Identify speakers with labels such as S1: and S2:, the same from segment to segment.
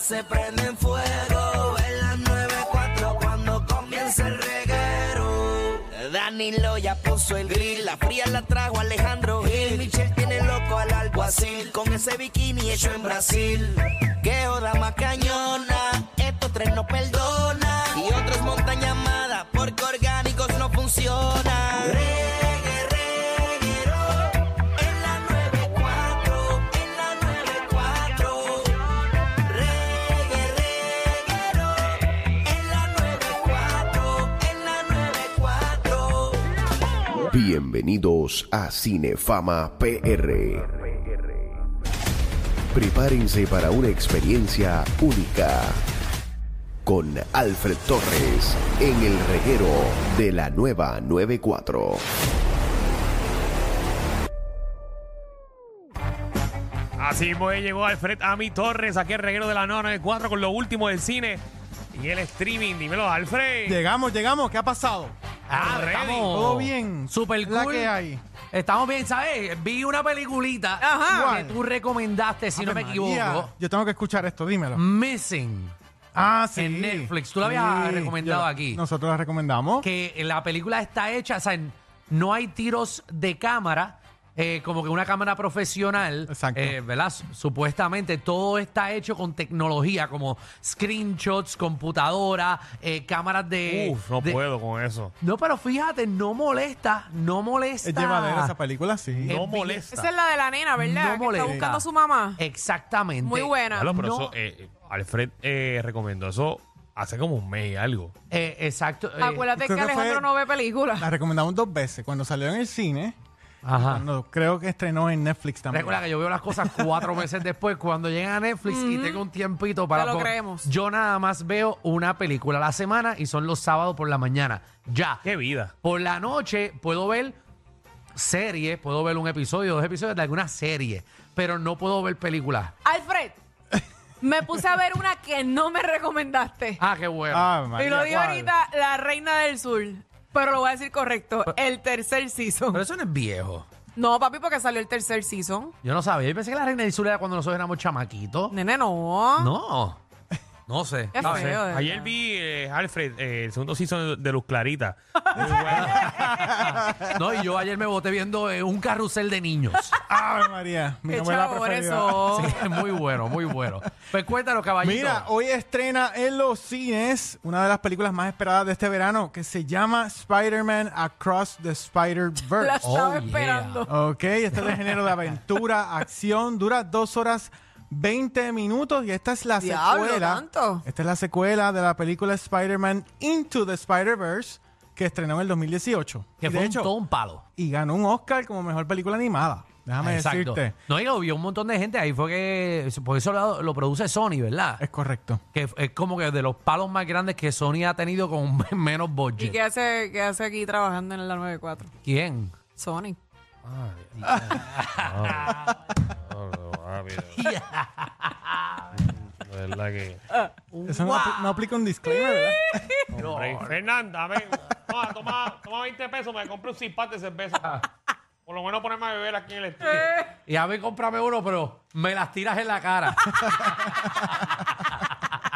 S1: se prende en fuego. En las 94 cuando comienza el reguero. Danilo ya puso el grill, la fría la trajo Alejandro Gil. Michel tiene loco al alguacil con ese bikini hecho en Brasil. Qué joda más cañona, estos tres no perdonan. Y otros montan llamadas porque orgánicos no funcionan. Reggae, reguero, en la 94, en la 94. Reggae, reguero, en la 94, en la 94.
S2: Bienvenidos a Cinefama PR. Prepárense para una experiencia única con Alfred Torres en el reguero de la nueva 94.
S3: Así mismo él llegó Alfred Ami Torres, aquí el reguero de la 994 con lo último del cine y el streaming. Dímelo, Alfred.
S4: Llegamos, llegamos. ¿Qué ha pasado?
S3: Ah, ready.
S4: ¿Todo bien?
S5: Super
S4: La
S5: cool.
S4: que hay.
S5: Estamos bien, ¿sabes? Vi una peliculita
S4: Ajá. ¿Cuál?
S5: que tú recomendaste, si no me
S4: Ave María,
S5: equivoco.
S4: Yo tengo que escuchar esto, dímelo.
S5: Missing.
S4: Ah, sí.
S5: En Netflix. Tú la habías recomendado
S4: yo-
S5: aquí.
S4: Nosotros la recomendamos.
S5: Que la película está hecha, o sea, no hay tiros de cámara, eh, como que una cámara profesional.
S4: Exacto.
S5: eh, ¿Verdad? Supuestamente todo está hecho con tecnología, como screenshots, computadora, eh, cámaras de.
S3: Uf, no
S5: de-
S3: puedo con eso.
S5: No, pero fíjate, no molesta, no molesta.
S4: Es llevadera esa película, sí.
S3: No
S5: bien.
S3: molesta.
S6: Esa es la de la nena, ¿verdad?
S5: No
S6: que está
S5: molesta. Eh,
S6: buscando a su mamá.
S5: Exactamente.
S6: Muy buena.
S3: Diablo, pero
S5: No.
S3: eso, eh, eh, Alfred eh, recomendó eso hace como un mes y algo.
S5: Eh, exacto. eh,
S6: Acuérdate que
S4: creo que fue-
S6: Alejandro no ve películas.
S4: La recomendamos dos veces. Cuando salió en el cine,
S5: Ajá.
S4: cuando creo que estrenó en Netflix también.
S5: Ah. Recuerda que yo veo las cosas cuatro meses después cuando llegan a Netflix y tengo un tiempito para...
S6: Te lo
S5: porque
S6: creemos.
S5: Yo nada más veo una película a la semana y son los sábados por la mañana. Ya.
S3: ¡Qué vida!
S5: Por la noche puedo ver series, puedo ver un episodio, dos episodios de alguna serie, pero no puedo ver películas.
S6: Alfred, me puse a ver una que no me recomendaste.
S5: Ah, qué bueno.
S4: Ah,
S6: y
S4: María,
S6: lo digo
S4: ¿cuál?
S6: ahorita, La Reina del Sur. Pero lo voy a decir correcto, el tercer
S5: Pero
S6: season.
S5: eso no es viejo.
S6: No, papi, porque salió el tercer season.
S5: Yo no sabía. Yo pensé que la Reina del Sur era cuando nosotros éramos chamaquitos.
S6: Nene, no.
S5: No. No sé.
S6: Qué
S5: No
S6: feo,
S5: sé.
S6: de verdad.
S3: Ayer vi, eh, Alfred, eh, el segundo season de Luz Clarita. Muy bueno.
S5: No, y yo ayer me boté viendo eh, un carrusel de niños.
S4: Ave María. Mi
S6: Qué
S4: novela
S6: chavores
S4: preferida.
S6: son.
S5: Sí, es muy bueno, muy bueno. Pues cuéntanos, caballito.
S4: Oh. Mira, oh, hoy estrena en los cines una de las películas más esperadas de este verano que se llama Spider-Man Across the
S6: La
S4: Spider-Verse.
S6: estaba
S5: yeah.
S6: esperando.
S4: Ok, este es de género de aventura, acción, dura dos horas 20 minutos y esta es la
S6: Diablo,
S4: secuela.
S6: tanto.
S4: Esta es la secuela de la película Spider-Man Into the Spider-Verse que estrenó en el 2018.
S5: Que
S4: y, de
S5: fue un,
S4: hecho,
S5: todo un palo.
S4: y ganó un Oscar como mejor película animada.
S5: Ah,
S4: Déjame decirte.
S5: No, y lo vio un montón de gente. Ahí fue que. Por eso lo, lo produce Sony, ¿verdad?
S4: Es correcto.
S5: Que f- es como que de los palos más grandes que Sony ha tenido con menos
S6: ¿Y
S5: budget.
S6: qué hace, qué hace aquí trabajando en la 94?
S5: ¿Quién?
S6: Sony.
S3: No, no, papi, de verdad que...
S4: Eso no, apli- no aplica un disclaimer, ¿verdad?
S3: Hombre, Fernanda, ven. Toma, toma, toma 20 pesos, me compré un cipat de cerveza.
S5: Ah.
S3: Por lo menos ponerme a beber aquí en el estudio.
S5: Y a ver, cómprame uno, pero me las tiras en la cara.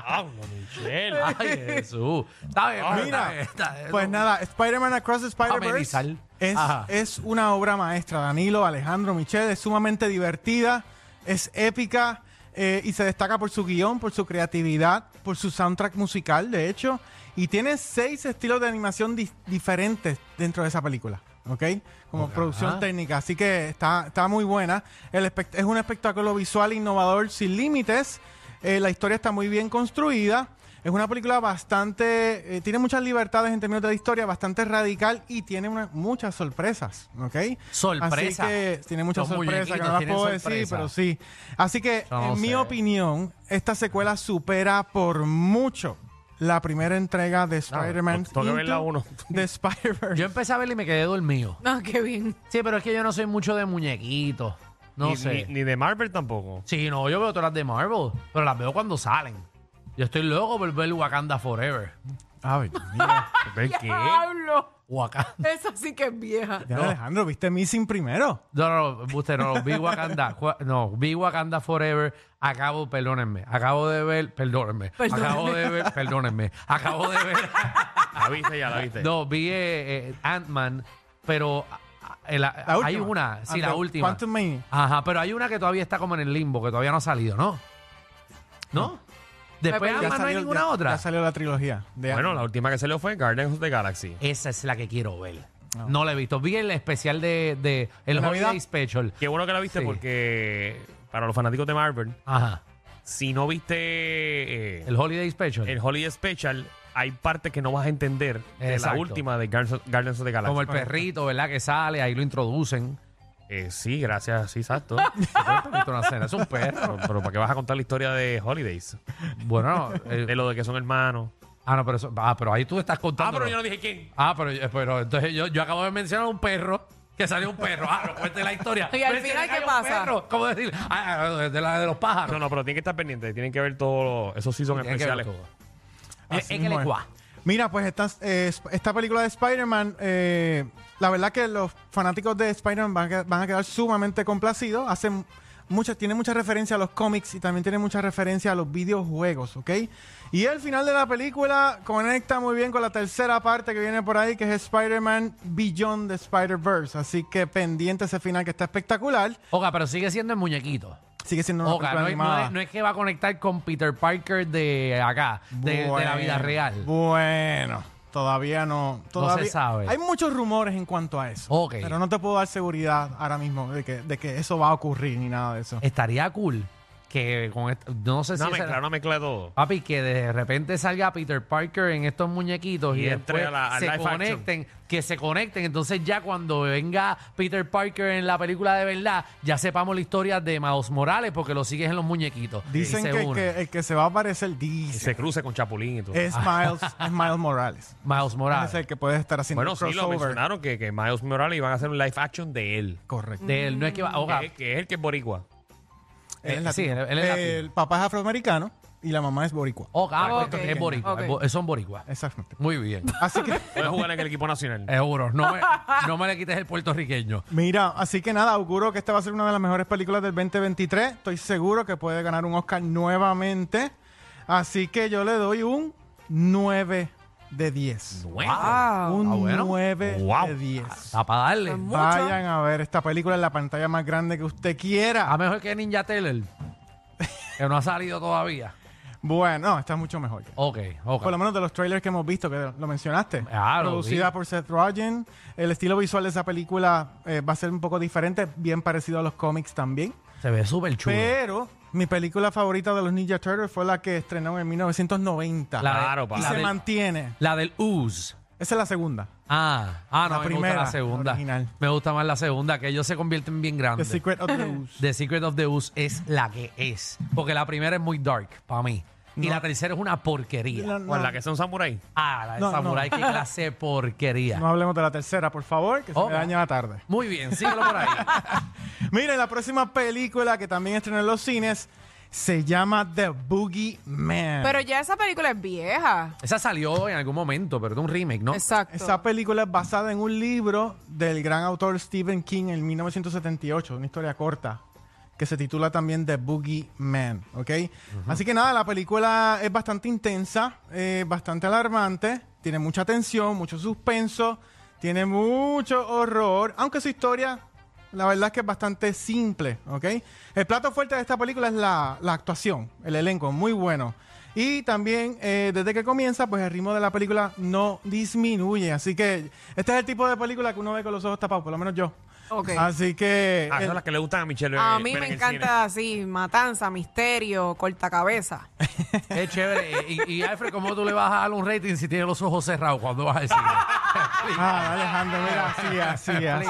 S3: Pablo Michel.
S5: Ay, Jesús. ¿Sabes? Pero
S4: Mira,
S5: está- está-
S4: pues nada, Spider-Man Across the
S5: Amenizar.
S4: Spider-Verse es,
S5: Ajá.
S4: es una obra maestra. Danilo, Alejandro, Michel, es sumamente divertida, es épica eh, y se destaca por su guión, por su creatividad, por su soundtrack musical, de hecho. Y tiene seis estilos de animación dis- diferentes dentro de esa película, ¿ok? Como producción técnica, así que está, está muy buena. El espect- es un espectáculo visual innovador sin límites. Eh, la historia está muy bien construida. Es una película bastante. eh, tiene muchas libertades en términos de la historia, bastante radical y tiene una- muchas sorpresas. ¿Ok?
S5: Sorpresa.
S4: Así que tiene muchas
S5: Los
S4: sorpresas, que
S5: muñequitos
S4: no las
S5: tienen
S4: puedo decir,
S5: sorpresa.
S4: pero sí. Así que,
S5: Yo no
S4: en mi
S5: sé.
S4: opinión, esta secuela supera por mucho la primera entrega de Spider-Man.
S3: tengo que ver la uno.
S4: De Spider-Verse.
S5: Yo empecé a verla y me quedé dormido.
S6: No, Ah, qué bien.
S5: Sí, pero es que yo no soy mucho de muñequitos. No
S3: ni,
S5: sé.
S3: ni- ni de Marvel tampoco.
S5: Sí, no, yo veo todas las de Marvel, pero las veo cuando salen. Yo estoy loco por ver Wakanda Forever.
S4: Ay, mira.
S3: ¿Ven qué?
S6: Diablo.
S5: Wakanda.
S6: Esa sí que es vieja.
S4: Ya,
S5: No.
S4: Alejandro, viste Missing primero.
S5: No, no, no, usted no, no, vi Wakanda, Ju- no, vi Wakanda Forever, acabo, perdónenme, acabo de ver, perdónenme,
S6: Perdónenme.
S5: acabo de ver, perdónenme, acabo de ver,
S3: La viste ya, la viste.
S5: no, vi eh, eh, Ant-Man, pero ah, ah, el-
S4: La última.
S5: hay una, sí,
S4: And
S5: la
S4: the
S5: última.
S4: Quantum Mania.
S5: Ajá, pero hay una que todavía está como en el limbo, que todavía no ha salido, ¿no? ¿No?
S6: Me
S5: Después
S6: perdí.
S5: de Ant-Man
S6: Ya
S5: no hay
S4: salió-
S5: ninguna
S4: ya-
S5: otra.
S4: Ya salió la trilogía. de-
S3: Bueno, la última que se le fue Guardians of the Galaxy.
S5: Esa es la que quiero ver.
S4: Ah,
S5: No la he visto. Vi el especial de, de el
S4: ¿Navidad?
S5: Holiday Special.
S3: Qué bueno que la viste
S5: Sí.
S3: porque para los fanáticos de Marvel,
S5: Ajá.
S3: si no viste eh,
S5: El Holiday Special.
S3: el Holiday Special, hay partes que no vas a entender de la
S5: Exacto.
S3: última de Guardians of- Guardians of the Galaxy.
S5: Como el perrito, ¿verdad? Que sale, ahí lo introducen.
S3: Eh, sí, gracias, sí, exacto.
S5: El perrito no hace nada, Es un perro.
S3: pero, pero ¿para qué vas a contar la historia de Holidays?
S5: Bueno, eh,
S3: De lo de que son hermanos.
S5: ah, no, pero eso- ah, pero ahí tú estás contando.
S3: dije quién.
S5: Ah, pero, yo- pero entonces yo, yo acabo de mencionar un perro. Que salió un perro. Ah, no cuente la historia.
S6: Y al
S5: Menciona
S6: final,
S5: que
S6: ¿qué
S5: hay un
S6: pasa?
S5: perro. ¿Cómo decir? Ah, ah, de la de los pájaros.
S3: No, no, pero tienen que estar pendientes. Tienen que ver todos los- esos sí son
S5: Tiene que ver
S3: especiales.
S5: todo. Es
S4: Así
S5: es que
S4: mismo
S5: le
S4: es.
S5: cuá.
S4: Mira, pues esta, eh, sp- esta película de Spider-Man, eh, la verdad que los fanáticos de Spider-Man van, a que- van a quedar sumamente complacidos. Hacen muchas, tiene mucha referencia a los cómics y también tiene mucha referencia a los videojuegos, ¿ok? Y el final de la película conecta muy bien con la tercera parte que viene por ahí, que es Spider-Man Beyond the Spider-Verse. Así que pendiente ese final que está espectacular.
S5: Oga, pero sigue siendo el muñequito.
S4: Sigue siendo una
S5: Oga,
S4: película
S5: no, es- no
S4: animada.
S5: es, no es que va a conectar con Peter Parker de acá, de, de la vida
S4: Bueno,
S5: real.
S4: Bueno, todavía no. Todavía,
S5: sabe.
S4: Hay muchos rumores en cuanto a eso.
S5: Ok.
S4: Pero no te puedo dar seguridad ahora mismo de que, de que eso va a ocurrir ni nada de eso.
S5: Estaría cool que con est- no sé
S3: Una
S5: si
S3: mezcla,
S5: será-
S3: una mezcla de
S4: Ah,
S3: todo.
S5: papi que de repente salga Peter Parker en estos muñequitos y,
S3: Y entre
S5: después
S3: a la- al
S5: se
S3: live action.
S5: conecten, que se conecten, entonces ya cuando venga Peter Parker en la película de verdad, ya sepamos la historia de Miles Morales porque lo sigues en los muñequitos. y
S4: Dicen
S5: se
S4: que, el
S5: unen.
S4: que el que se va a aparecer
S3: Y
S4: dice
S3: se cruce con Chapulín y todo.
S4: es Miles, es Miles Morales.
S5: Miles
S4: Es
S5: Morales
S4: el que puede estar haciendo
S3: Bueno,
S4: un
S3: sí, lo
S4: crossover.
S3: mencionaron que, que Miles Morales iban a hacer un live action de él.
S4: Correcto.
S5: de él, no es que va, oga,
S3: Que, que es el que es boricua.
S4: Él es
S5: eh,
S4: latino.
S5: sí, él- él es latino.
S4: El papá es afroamericano y la mamá es boricua.
S5: oga, ah,
S6: Ok.
S5: es boricua,
S6: Ok.
S5: es bo- son boricuas.
S4: Exactamente.
S5: Muy bien.
S4: Así que
S3: Puede jugar en el equipo nacional.
S4: Eh,
S5: Euros, no me, no me le quites el puertorriqueño.
S4: Mira, así que nada, auguro que esta va a ser una de las mejores películas del 2023. Estoy seguro que puede ganar un Oscar nuevamente. Así que yo le doy un 9 de 10.
S6: Wow.
S4: un
S5: ah, bueno.
S4: 9
S3: Wow.
S4: de 10.
S5: Está para darle.
S6: Mucho.
S4: Vayan a ver esta película en la pantalla más grande que usted quiera.
S5: A mejor que Ninja Teller, que no ha salido todavía.
S4: Bueno, no, esta es mucho mejor.
S5: Ok, ok.
S4: Por lo menos de los trailers que hemos visto, que lo mencionaste.
S5: Ah, lo
S4: Producida
S5: vi.
S4: por Seth Rogen. El estilo visual de esa película eh, va a ser un poco diferente, bien parecido a los cómics también.
S5: Se ve súper chulo.
S4: Pero mi película favorita de los Ninja Turtles fue la que estrenaron en 1990.
S5: La de-
S3: Claro, pa.
S4: y
S5: la
S4: se
S5: del-
S4: mantiene.
S5: La del Ooze.
S4: Esa es la segunda.
S5: Ah, ah, no,
S4: La
S5: me gusta
S4: primera,
S5: la segunda.
S4: original.
S5: Me gusta más la segunda, que ellos se convierten bien
S4: The
S5: grandes.
S4: Secret of the Ooze.
S5: The Secret of the Ooze es la que es. Porque la primera es muy dark para mí. Y
S4: No.
S5: la tercera es una porquería.
S4: No,
S3: ¿O
S4: no,
S3: en la que son samuráis?
S5: Ah, la de
S4: No, no.
S5: Samurai, qué clase de porquería.
S4: no hablemos de la tercera, por favor, que se
S5: Ok.
S4: me daña la tarde.
S5: Muy bien, síguelo por ahí.
S4: Miren, la próxima película que también estrenó en los cines se llama The Boogie Man.
S6: Pero ya esa película es vieja.
S5: Esa salió en algún momento, pero es un remake, ¿no?
S6: Exacto.
S4: Esa película es basada en un libro del gran autor Stephen King en 1978, una historia corta, que se titula también The Boogie Man, ¿ok? Así que nada, la película es bastante intensa, eh, bastante alarmante, tiene mucha tensión, mucho suspenso, tiene mucho horror, aunque su historia, la verdad es que es bastante simple, ¿ok? El plato fuerte de esta película es la, la actuación, el elenco, muy bueno. Y también, eh, desde que comienza, pues el ritmo de la película no disminuye. Así que este es el tipo de película que uno ve con los ojos tapados, por lo menos yo.
S6: Ok.
S4: Así que...
S3: Ah,
S4: el-
S3: son las que le gustan a Michelle.
S6: A
S3: eh,
S6: mí
S3: ver
S6: me
S3: en el
S6: encanta así, matanza, misterio, cortacabeza.
S5: Es chévere. Y, y Alfred, ¿cómo tú le vas a dar un rating si tienes los ojos cerrados cuando vas a decir?
S4: Ah, Alejandro, mira, así, así, así.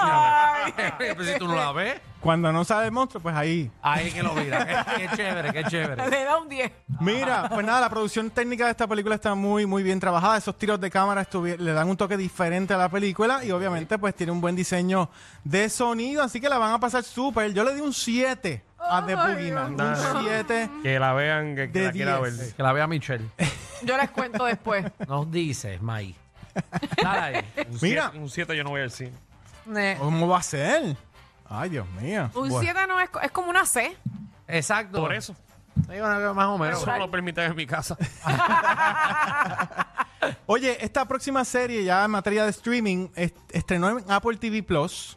S5: Pero Pues si tú no la ves,
S4: Cuando no sale el monstruo, pues ahí.
S5: ahí es que lo mira. Qué, qué chévere, qué chévere.
S6: Le da un 10.
S4: Mira, pues nada, la producción técnica de esta película está muy, muy bien trabajada. Esos tiros de cámara estuvi- le dan un toque diferente a la película y obviamente pues tiene un buen diseño de sonido, así que la van a pasar súper. Yo le di un 7 a The
S6: Ay,
S4: Boogeyman.
S3: Dios
S4: Un
S3: mío.
S4: 7
S3: cine. Que la vean, que, que
S4: De
S3: la quiera ver.
S4: 10.
S5: Que la vea Michelle.
S6: Yo les cuento después.
S5: Nos dices, May. Nada ahí.
S3: Un
S4: Mira.
S3: siete- un 7 yo no voy al cine.
S4: ¿Cómo va a ser? Ay, Dios mío. Oh,
S6: Un
S4: Bueno.
S6: 7 no es, co- es como una C.
S5: Exacto.
S3: Por eso.
S5: Digo, no, más o menos.
S3: Eso no lo permiten en mi casa.
S4: Ah, Oye, esta próxima serie ya en materia de streaming est- estrenó en Apple TV Plus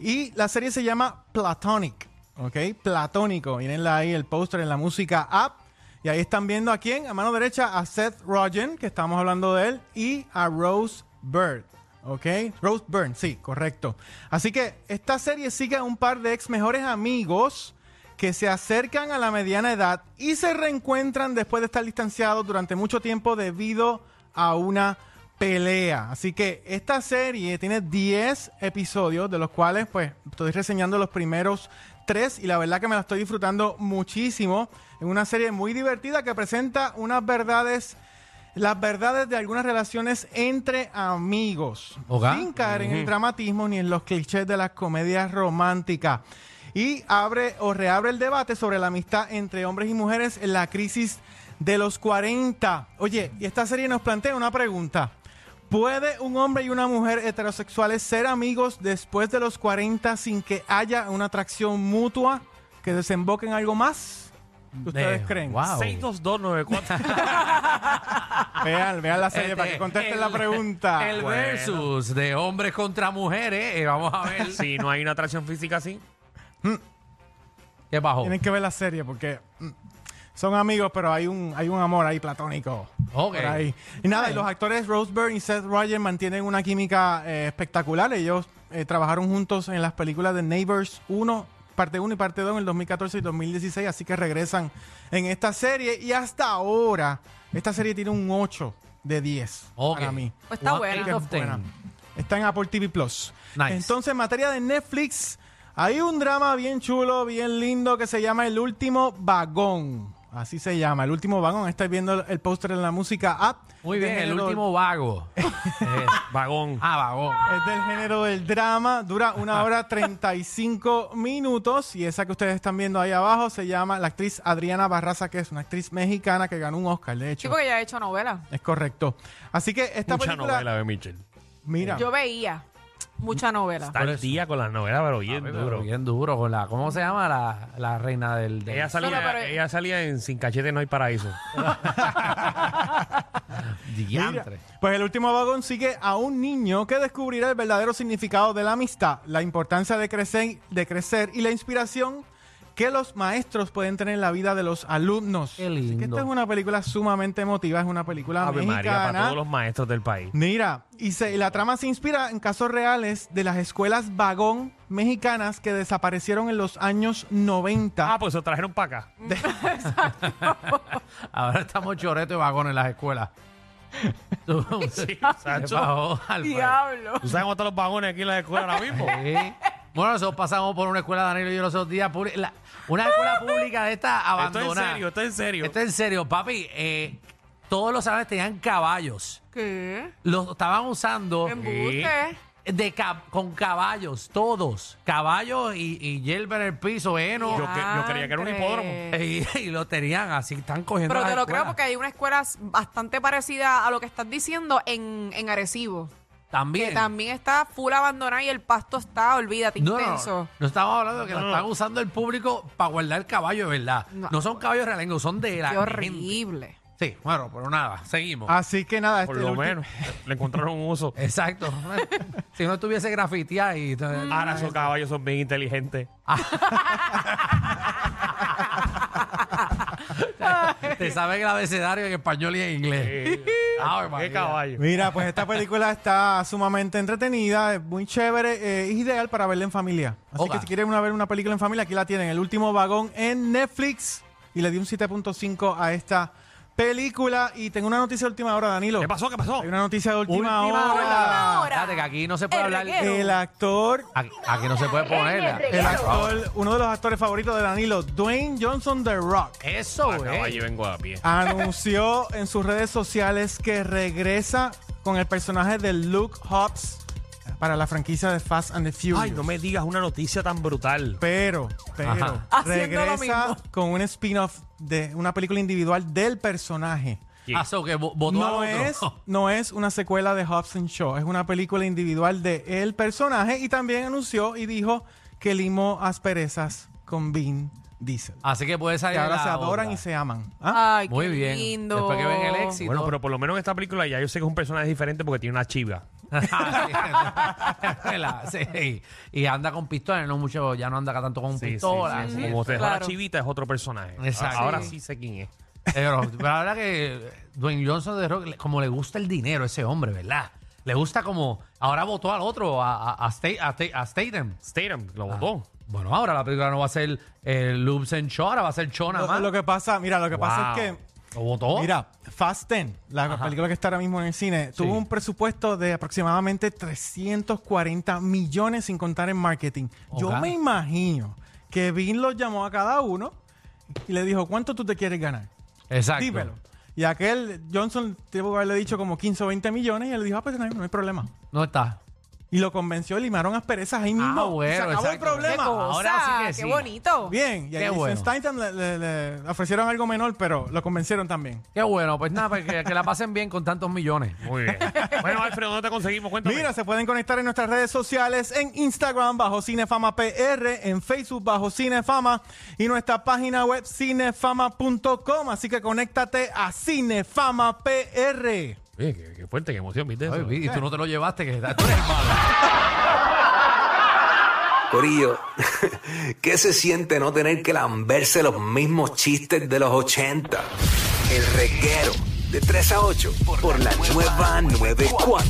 S4: y la serie se llama Platonic, ¿ok? Platónico. Mírenla ahí, el póster en la música app. Y ahí están viendo a quién, a mano derecha, a Seth Rogen, que estamos hablando de él, y a Rose Byrne, ¿ok? Rose Byrne, sí, correcto. Así que esta serie sigue a un par de ex mejores amigos que se acercan a la mediana edad y se reencuentran después de estar distanciados durante mucho tiempo debido a una pelea. Así que esta serie tiene 10 episodios, de los cuales pues estoy reseñando los primeros tres y la verdad que me la estoy disfrutando muchísimo. Es una serie muy divertida que presenta unas verdades, las verdades de algunas relaciones entre amigos,
S5: Ok.
S4: sin caer en el dramatismo ni en los clichés de las comedias románticas. Y abre o reabre el debate sobre la amistad entre hombres y mujeres en la crisis de los 40. Oye, y esta serie nos plantea una pregunta. ¿Puede un hombre y una mujer heterosexuales ser amigos después de los 40 sin que haya una atracción mutua que desemboque en algo más? ¿Qué ¿Ustedes
S5: De-
S4: creen?
S5: Wow.
S3: 62294.
S4: Vean, vean la serie para que
S5: Este,
S4: contesten
S5: el-
S4: la pregunta.
S5: El
S3: Bueno.
S5: versus de hombres contra mujeres. eh, vamos a ver.
S3: si no hay una atracción física así.
S5: ¿Qué bajó?
S4: Tienen que ver la serie porque mm, son amigos, pero hay un, hay un amor ahí platónico.
S5: Ok.
S4: por ahí. Y nada, y los actores Rose Byrne y Seth Rogen mantienen una química eh, espectacular. Ellos eh, trabajaron juntos en las películas de Neighbors 1, parte 1 y parte 2 en el 2014 y 2016, así que regresan en esta serie. Y hasta ahora, esta serie tiene un 8 de 10
S5: Ok.
S4: para mí.
S6: Pues está
S5: One
S6: buena.
S5: eight of ten.
S4: Buena. Está en Apple TV Plus.
S5: Nice.
S4: Entonces, en materia de Netflix, hay un drama bien chulo, bien lindo, que se llama El Último Vagón. Así se llama, El Último Vagón. Estáis viendo el- el póster en la música app.
S5: Muy
S4: Del
S5: bien, el
S4: género-
S5: último vago. Eh,
S3: Vagón.
S5: ah, vagón.
S4: Es del género del drama, dura una hora 35 minutos y esa que ustedes están viendo ahí abajo se llama la actriz Adriana Barraza, que es una actriz mexicana que ganó un Oscar, de
S6: Sí,
S4: hecho.
S6: porque ya he hecho novela.
S4: Es correcto. Así que esta
S3: Mucha
S4: película...
S3: novela de Mitchell.
S4: Mira,
S6: Yo veía mucha novela.
S3: Está al día con las novelas, pero bien
S5: Pero
S3: duro.
S5: Bien duro con la. ¿Cómo se llama la, la reina del, del-
S3: Ella salía,
S6: No, no, pero-
S3: ella salía en Sin Cachete No hay Paraíso.
S4: Mira,
S5: diantre?
S4: pues el último vagón sigue a un niño que descubrirá el verdadero significado de la amistad, la importancia de crecer, de crecer y la inspiración que los maestros pueden tener en la vida de los alumnos.
S5: Qué
S4: Así que
S5: lindo.
S4: esta es una película sumamente emotiva, es una película
S3: Ave María, para
S4: mexicana.
S3: todos los maestros del país.
S4: Mira, y, se- y la trama se inspira en casos reales de las escuelas vagón mexicanas que desaparecieron en los años 90.
S3: Ah, pues se trajeron para acá.
S5: Ahora estamos choreto y vagón en las escuelas. Tú- ¿Qué
S3: Sancho.
S5: bajó, Alfred?
S6: Diablo.
S3: ¿Tú sabes cómo están los vagones aquí en la escuela ahora mismo?
S5: Sí. Bueno, nosotros pasamos por una escuela, Danilo y yo, los otros días. publi- la- una escuela pública de esta
S3: esto es en
S5: abandonada.
S3: serio, esto es en serio.
S5: Esto Este es en serio, papi. eh, todos los salones tenían caballos.
S6: ¿Qué?
S5: Los estaban usando
S6: Em- Embuste.
S5: de cab- con caballos, todos. Caballos y, y hierba en el piso, heno.
S3: Yo que- yo creía que era un
S6: Diantre.
S3: hipódromo.
S5: Y, y lo tenían así, están cogiendo.
S6: Pero
S5: las
S6: te lo creo
S5: escuelas.
S6: porque hay una escuela bastante parecida a lo que estás diciendo en, en Arecibo.
S5: También.
S6: Que también está full abandonada y el pasto está, olvídate,
S5: No, no,
S6: intenso.
S5: no, no estamos hablando de que la están usando el público para guardar el caballo, de verdad.
S6: No.
S5: No, son caballos realengos, son de la
S6: Qué
S5: gente.
S6: horrible.
S5: Sí, bueno, pero nada, seguimos.
S4: Así que nada,
S3: Ah, Por
S4: este, el
S3: lo
S4: ulti-
S3: menos. Le encontraron un uso.
S5: Eh, Exacto. si no tuviese grafiteado y...
S6: Mm.
S3: Ahora Ah,
S5: este.
S3: esos caballos son bien inteligentes.
S5: te sabes el abecedario en español y en inglés.
S3: Eh,
S5: Ay,
S3: ¿Qué
S5: Ah, María.
S3: caballo?
S4: Mira, pues esta película está sumamente entretenida, es muy chévere, eh, es ideal para verla en familia. Así
S5: Oga.
S4: que si quieren una- ver una película en familia, aquí la tienen, El Último Vagón en Netflix. Y le di un 7.5 a esta película. Y tengo una noticia de última hora, Danilo.
S3: ¿Qué pasó? ¿Qué pasó?
S4: Hay una noticia de última,
S3: Última
S4: hora.
S6: hora.
S5: Ah, Espérate, que aquí no se puede
S6: El
S5: hablar...
S6: reguero.
S4: El actor,
S5: Aquí, aquí no se puede poner.
S4: el actor, uno de los actores favoritos de Danilo, Dwayne Johnson The Rock.
S5: Eso, eh.
S3: Caballo vengo a pie.
S4: anunció en sus redes sociales que regresa con el personaje de Luke Hobbs para la franquicia de Fast and the Furious.
S3: Ay, no me digas una noticia tan brutal.
S4: Pero, pero,
S5: Ajá.
S6: Haciendo lo
S4: regresa
S6: mismo.
S4: con un spin-off de una película individual del personaje.
S3: ¿Quién?
S5: Ah, so que vo- votó al
S4: No
S5: otro.
S4: es, no es una secuela de Hobson Show, es una película individual de el personaje y también anunció y dijo que limó asperezas con Vin Diesel.
S5: Así que puede salir
S4: Que ahora
S5: la
S4: se adoran
S5: otra.
S4: y se aman. ¿Ah?
S6: Ay,
S5: Muy
S6: qué
S5: bien.
S6: lindo.
S5: Después que ven el éxito.
S3: Bueno, pero por lo menos en esta película ya yo sé que es un personaje diferente porque tiene una chiva.
S5: Ah, sí, sí. Y anda con pistola, no mucho, ya no anda tanto con
S3: Sí, sí,
S5: pistola.
S3: sí,
S5: sí.
S3: Como te dejó
S6: Claro.
S3: la chivita es otro personaje.
S5: Exacto.
S3: Ahora
S5: Sí.
S3: sí sé quién es.
S5: Pero, pero ahora que Dwayne Johnson de Rock, como le gusta el dinero a ese hombre, ¿verdad? Le gusta como. Ahora votó al otro, a, a, a, Sta- a Sta- a Statham.
S3: Statham lo
S5: Ah.
S3: votó.
S5: Bueno, ahora la película no va a ser eh, Lubes and Shaw, ahora va a ser Shaw nada
S4: Lo,
S5: más.
S4: lo que pasa, mira, lo que pasa es
S5: Wow.
S4: que
S5: ¿Lo votó?
S4: Mira, Fast 10, la película que está ahora mismo en el cine, tuvo un presupuesto de aproximadamente 340 millones sin contar en marketing. Yo
S5: Ok.
S4: me imagino que Vin los llamó a cada uno y le dijo, ¿cuánto tú te quieres ganar?
S5: Exacto.
S4: Dímelo. Y aquel Johnson tuvo que haberle dicho como 15 o 20 millones y él le dijo, ah, pues no hay, no hay problema.
S5: No está.
S4: Y lo convenció, limaron asperezas ahí mismo.
S5: Ah,
S4: y se acabó
S5: bueno,
S4: el
S5: exacto.
S6: Qué
S4: problema.
S6: cosa,
S5: Ahora sí que
S6: qué
S5: sí.
S6: bonito.
S4: Bien, y
S5: Qué
S4: a Jason
S5: bueno.
S4: Statham le- le- le ofrecieron algo menor, pero lo convencieron también.
S5: Qué bueno, pues nada, pues que, que la pasen bien con tantos millones.
S3: Muy bien. bueno, Alfredo, ¿dónde te conseguimos? Cuéntame.
S4: Mira, se pueden conectar en nuestras redes sociales, en Instagram bajo Cinefama PR, en Facebook bajo Cinefama y nuestra página web cinefama.com. Así que conéctate a Cinefama PR.
S3: Oye, qué, qué fuerte, qué emoción, ¿viste eso?
S5: Ay, y tú no te lo llevaste, que tú eres malo.
S7: Corillo, ¿qué se siente no tener que lamberse los mismos chistes de los 80? El reguero de 3 a 8 por la nueva 94.